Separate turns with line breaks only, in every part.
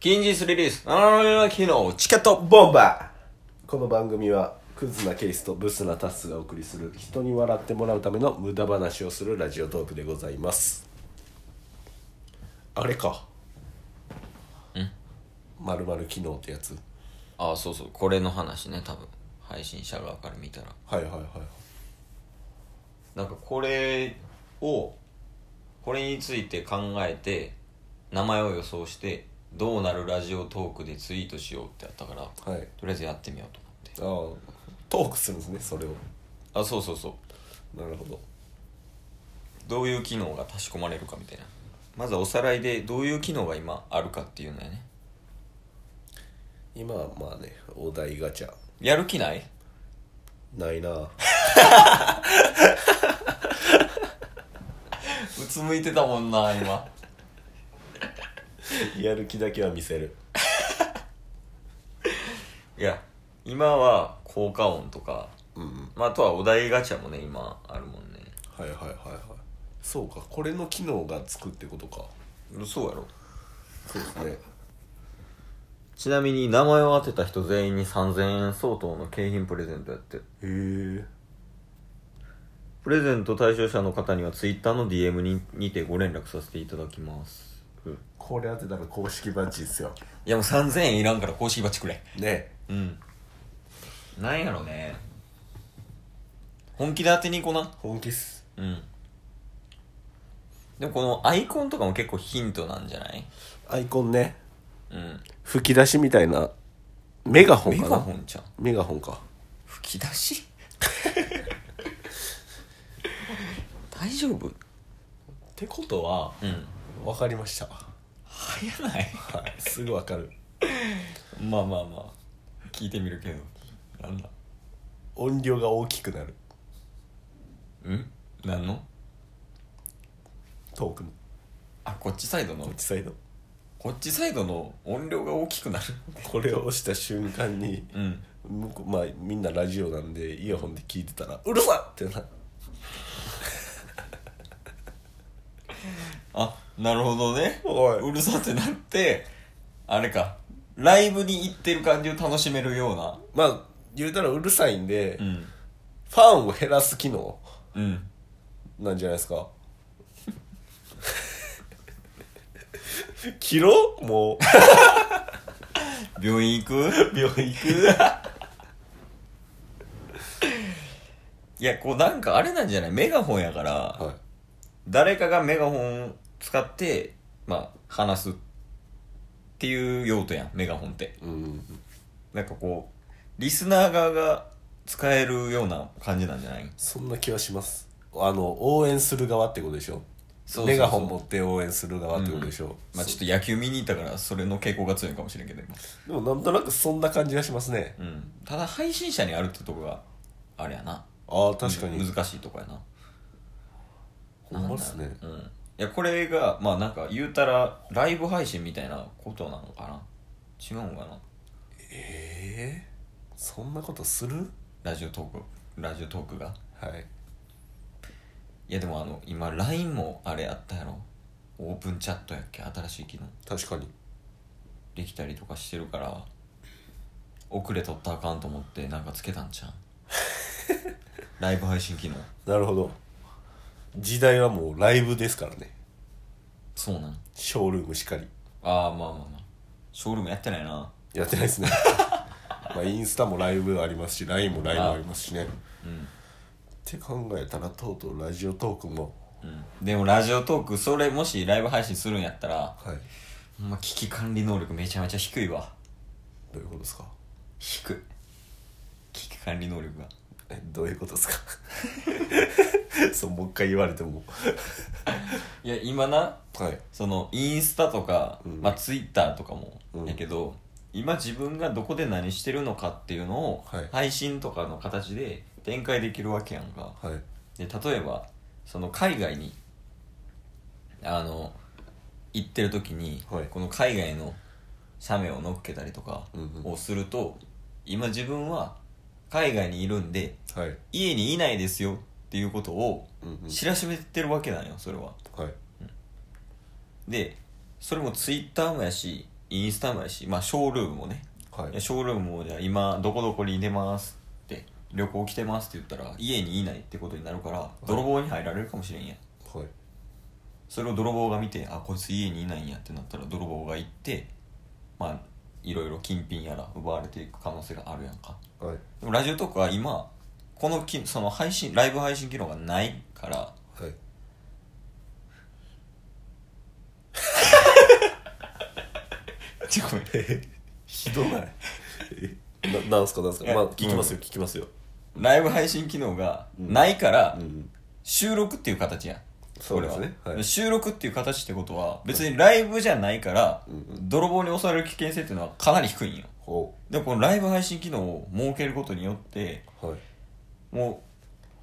近日リリース、7の夜の昨日、チケット
ボンバーこの番組はクズなケースとブスなタスがお送りする人に笑ってもらうための無駄話をするラジオトークでございますあれかんまるまる昨日ってやつ
ああ、そうそう、これの話ね、多分。配信者側から見たら。
はいはいはい
なんかこれを、これについて考えて、名前を予想して、どうなるラジオトークでツイートしようってやったから、と
はい
りあえずやってみようと思って。
ああトークするんですねそれを
あ、そうそうそう。
なるほど
どういう機能が足し込まれるかみたいな。まずはおさらいで、どういう機能が今あるかっていうのやね。
今はまあねお題ガチャ
やる気ない
ないな
う つむいてたもんな、今。
やる気だけは見せる
いや、今は効果音とか、
うんうん
まあ、あとはお題ガチャもね、今あるもんね。
はいはいはいはいそうかこれの機能がつくってことか
そうやろ。
そうですね
ちなみに名前を当てた人全員に3000円相当の景品プレゼントやって。
へえ
プレゼント対象者の方には Twitter の DM ににてご連絡させていただきます。うん
これ当てたら公式バッジですよ
いやもう3000円いらんから公式バッチくれ。
ね
うん。なんやろね。本気で当てに行こうな。
本気っす
うん。でもこのアイコンとかも結構ヒントなんじゃない
アイコンね
うん。
吹き出しみたいなメガホン
メ
かな
ガホンちゃん。
メガホンか
吹き出し大丈夫
ってことは
うん
分かりました
早 ない
はいすぐ分かる
まあまあまあ聞いてみるけどなんだ
音量が大きくなる
うんなんの
トークの
あこっちサイドの
こっちサイド
こっちサイドの音量が大きくなる
これを押した瞬間に
うん
向こうまあみんなラジオなんでイヤホンで聞いてたら「うるさっ!」ってな
あなるほどね
おいう
るさってなってあれかライブに行ってる感じを楽しめるような
まあ言うたらうるさいんで、
ん
ファンを減らす機能
うん
なんじゃないですか 切ろうもう
病院行く
病院行く
いやこうなんかあれなんじゃないメガホンやから、
はい
誰かがメガホン使って、まあ、話すっていう用途やんメガホンって
うん
なんかこうリスナー側が使えるような感じなんじゃない
そんな気はしますあの応援する側ってことでしょ
そうそうそう
メガホン持って応援する側ってことでしょ、
まあちょっと野球見に行ったからそれの傾向が強いかもしれんけど今、
でもなんとなくそんな感じがしますね
うん、ただ配信者にあるってとこがあれやな
ああ確かに、
難しいとこやな
ほんまっすね
うんいやこれがまあなんか言うたらライブ配信みたいなことなのかな違うんかな
ええそんなことする
ラジオトークラジオトークが
はい
いやでもあの今 LINE もあれやったやろオープンチャットやっけ新しい機能
確かに
できたりとかしてるから遅れ取ったらあかんと思ってなんかつけたん ちゃうライブ配信機能
なるほど時代はもうライブですからね
そうなん
ショールームしかり
ああまあまあまあショールームやってないな
やってないですね まあインスタもライブありますし LINE もライブありますしねっ
うん
て考えたらとうとうラジオトークも
うんでもラジオトークそれもしライブ配信するんやったら
はい
ほんま危機管理能力めちゃめちゃ低いわ
どういうことですか
低い危機管理能力が
えどういうことですか そうもう一回言われても
いや今な
はい
そのインスタとか、
うん
まあ、ツイッターとかも
うん
やけど、今自分がどこで何してるのかっていうのを
はい
配信とかの形で展開できるわけやんか
はい
で例えばその海外にあの行ってる時に、
はい
この海外の写メを乗っけたりとか
うんうん
をすると、今自分は海外にいるんで
はい
家にいないですよっていうことを
うんうん
知らしめてるわけなんよそれは。
はい
でそれもツイッターもやしインスタもやし、まあ、ショールームもね、
はい
いやショールームもじゃあ今どこどこに出ますって旅行来てますって言ったら家にいないってことになるから泥棒に入られるかもしれんやん
はい
それを泥棒が見てあこいつ家にいないんやってなったら泥棒が行ってまあいろいろ金品やら奪われていく可能性があるやんか
はい
でもラジオトークは今このきその配信ライブ配信機能がないから
はい
ちょごめん
ひどない ななんすかなんすか
いや
まあ聞きますよ、
う
聞きますよ
ライブ配信機能がないから
うん
収録っていう形やん
そうですね
これは
はい
収録っていう形ってことは別にライブじゃないから泥棒に襲われる危険性っていうのはかなり低いんよ
ほ
でもこのライブ配信機能を設けることによって
うはい
もう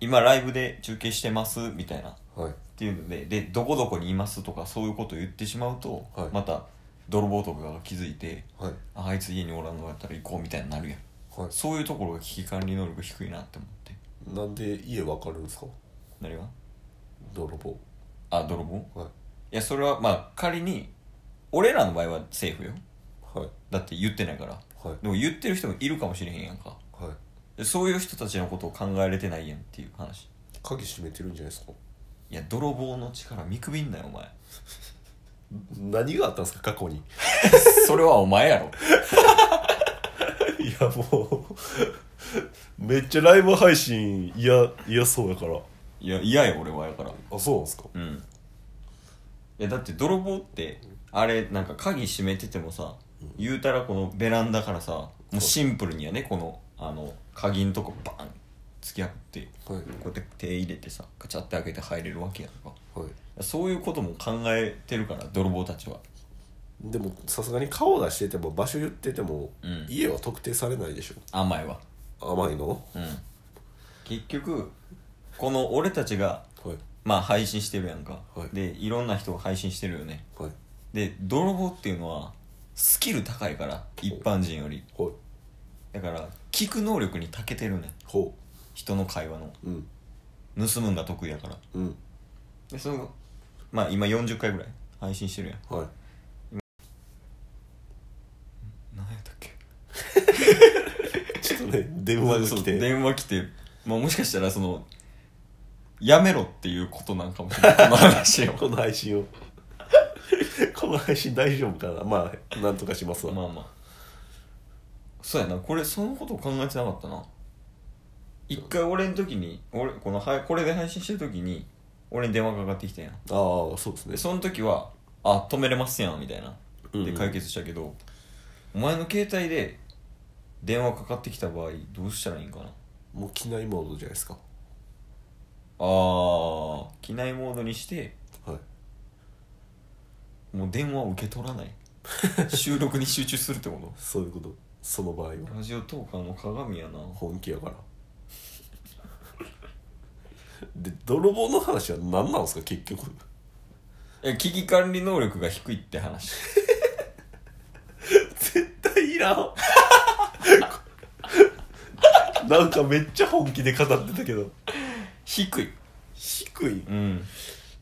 今ライブで中継してますみたいなっ
はい
ていうのででどこどこにいますとかそういうことを言ってしまうと、
はい
また泥棒とかが気づいて
はい
ああいつ家におらんのやったら行こうみたいになるやん
は
そういうところが危機管理能力低いなって思って
いなんで家わかるんですか
何が
泥棒
あ泥棒
はい
いやそれはまあ仮に俺らの場合はセーフよ
はい
だって言ってないから
はい
でも言ってる人もいるかもしれへんやんか
はい
でそういう人たちのことを考えれてないやんっていう話
鍵閉めてるんじゃないですか
いや泥棒の力見くびんなよお 前
何があったんですか過去 に
それはお前やろ
いやもうめっちゃライブ配信嫌嫌そうやから
いや嫌や俺はやから
あそうなんですか
うんいやだって泥棒ってあれなんか鍵閉めててもさ言うたらこのベランダからさもうシンプルにやねこのあの鍵のとこバーン突き破って
は
こ
い
うやって手入れてさガチャって開けて入れるわけやんか
はい
そういうことも考えてるから泥棒たちは
でもさすがに顔出してても場所言ってても、
うん
家は特定されないでし
甘いわ
ょ甘いの
うん結局この俺たちが
はい
まあ配信してるやんか、
はい
でいろんな人が配信してるよね
はい
で泥棒っていうのはスキル高いから一般人より
はい
だから聞く能力に長けてるね
ほ
人の会話の
ううん
盗むんが得意やから
うん
でそのまあ今40回ぐらい配信してるやん
はい
何やったっけ
ちょっと ね電話が来
そう
て
電話来て、まあ、もしかしたらそのやめろっていうことなんかもしれないこの話を
この配信を この配信大丈夫かなまあなんとかしますわ、
まあまあそうやなこれそのことを考えてなかったな一回俺の時に俺このはいこれで配信してる時に俺に電話かかってきたやん
ああそうですね
でその時は「あ止めれますやん」みたいな
うん
で解決したけど、お前の携帯で電話かかってきた場合どうしたらいいんかな
もう機内モードじゃないですか
あー機内モードにして
はい
もう電話を受け取らない 収録に集中するってこ
そういうことその場合は
とラジオトーカーの鏡やな
本気やから で泥棒の話は何なんですか結局
え危機管理能力が低いって話
絶対いらん なんかめっちゃ本気で語ってたけど
低い
低い
うん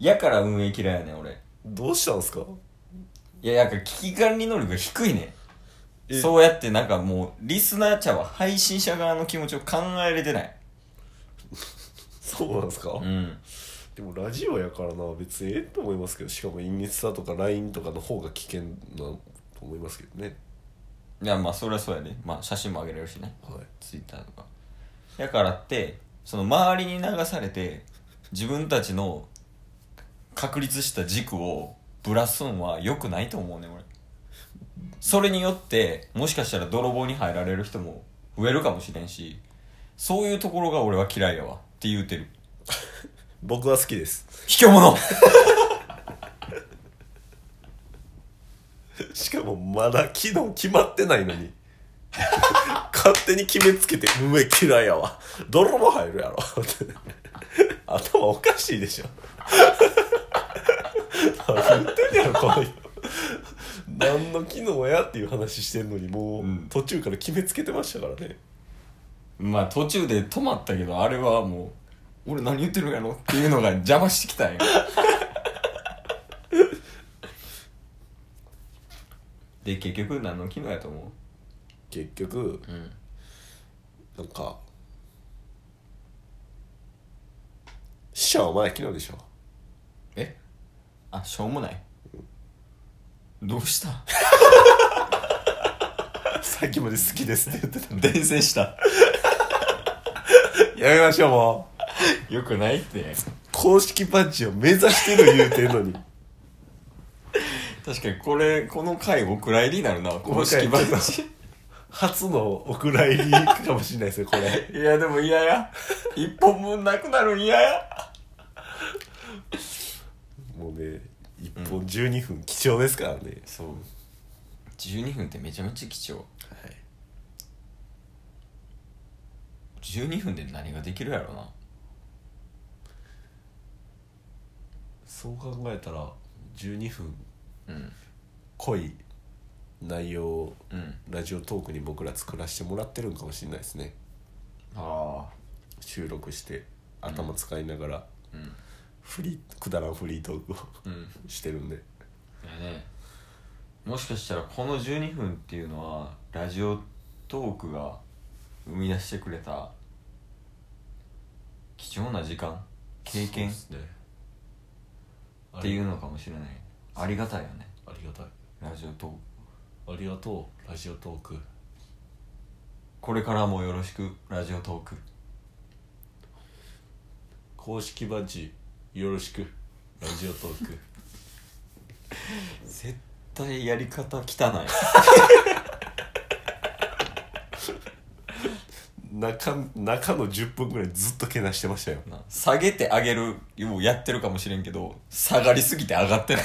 やから運営嫌いやねん俺
どうしたんですか
いややから危機管理能力が低いねん
え
そうやってなんかもうリスナーちゃんは配信者側の気持ちを考えれてない
そうなんですか、
うん
でもラジオやからな別にええと思いますけどしかもインスタとか LINE とかの方が危険なと思いますけどね
いやまあそれはそうやでまあ写真も上げれるしね
はい
ツイッターとかだからってその周りに流されて自分たちの確立した軸をぶらすんは良くないと思うねん俺それによってもしかしたら泥棒に入られる人も増えるかもしれんしそういうところが俺は嫌いやわって言うてる
僕は好きです
卑怯者
しかもまだ機能決まってないのに勝手に決めつけて「上嫌いやわ泥棒入るやろ」 って頭おかしいでしょ何言ってんねやろこの人何の機能やっていう話してんのにもう、
うん
途中から決めつけてましたからね
まあ途中で止まったけどあれはもう俺何言ってるんやろっていうのが邪魔してきたんや で結局何の機能やと思
結局
ううん
なんか死者はお前昨日でしょ
えあしょうもないどうした
さっきまで好きですって言って た
伝染した
やめましょうも う
よくないって
公式パンチを目指してる言うてんのに
確かにこれこの回お蔵入りになるな公式バッジ
初のお蔵入りかもしれないですよ これ
いやでも嫌や 一本分なくなるん嫌や
もうね1本12分貴重ですからね、
そう12分ってめちゃめちゃ貴重
はい
12分で何ができるやろな
そう考えたら12分
うん
濃い内容を
うん
ラジオトークに僕ら作らせてもらってるんかもしれないですね
ああ
収録して頭使いながら
うん
フリーくだらんフリートークを
うん
してるんで
だねもしかしたらこの12分っていうのはラジオトークが生み出してくれた貴重な時間経験っ
そうですね
ていううのかもしれないありがたいよね
ありがたい
ラジオトーク
ありがとうラジオトーク
これからもよろしくラジオトーク
公式バッジよろしくラジオトーク
絶対やり方汚い
中中の10分ぐらいずっとけなしてましたよ
な下げて上げるようやってるかもしれんけど下がりすぎて上がってない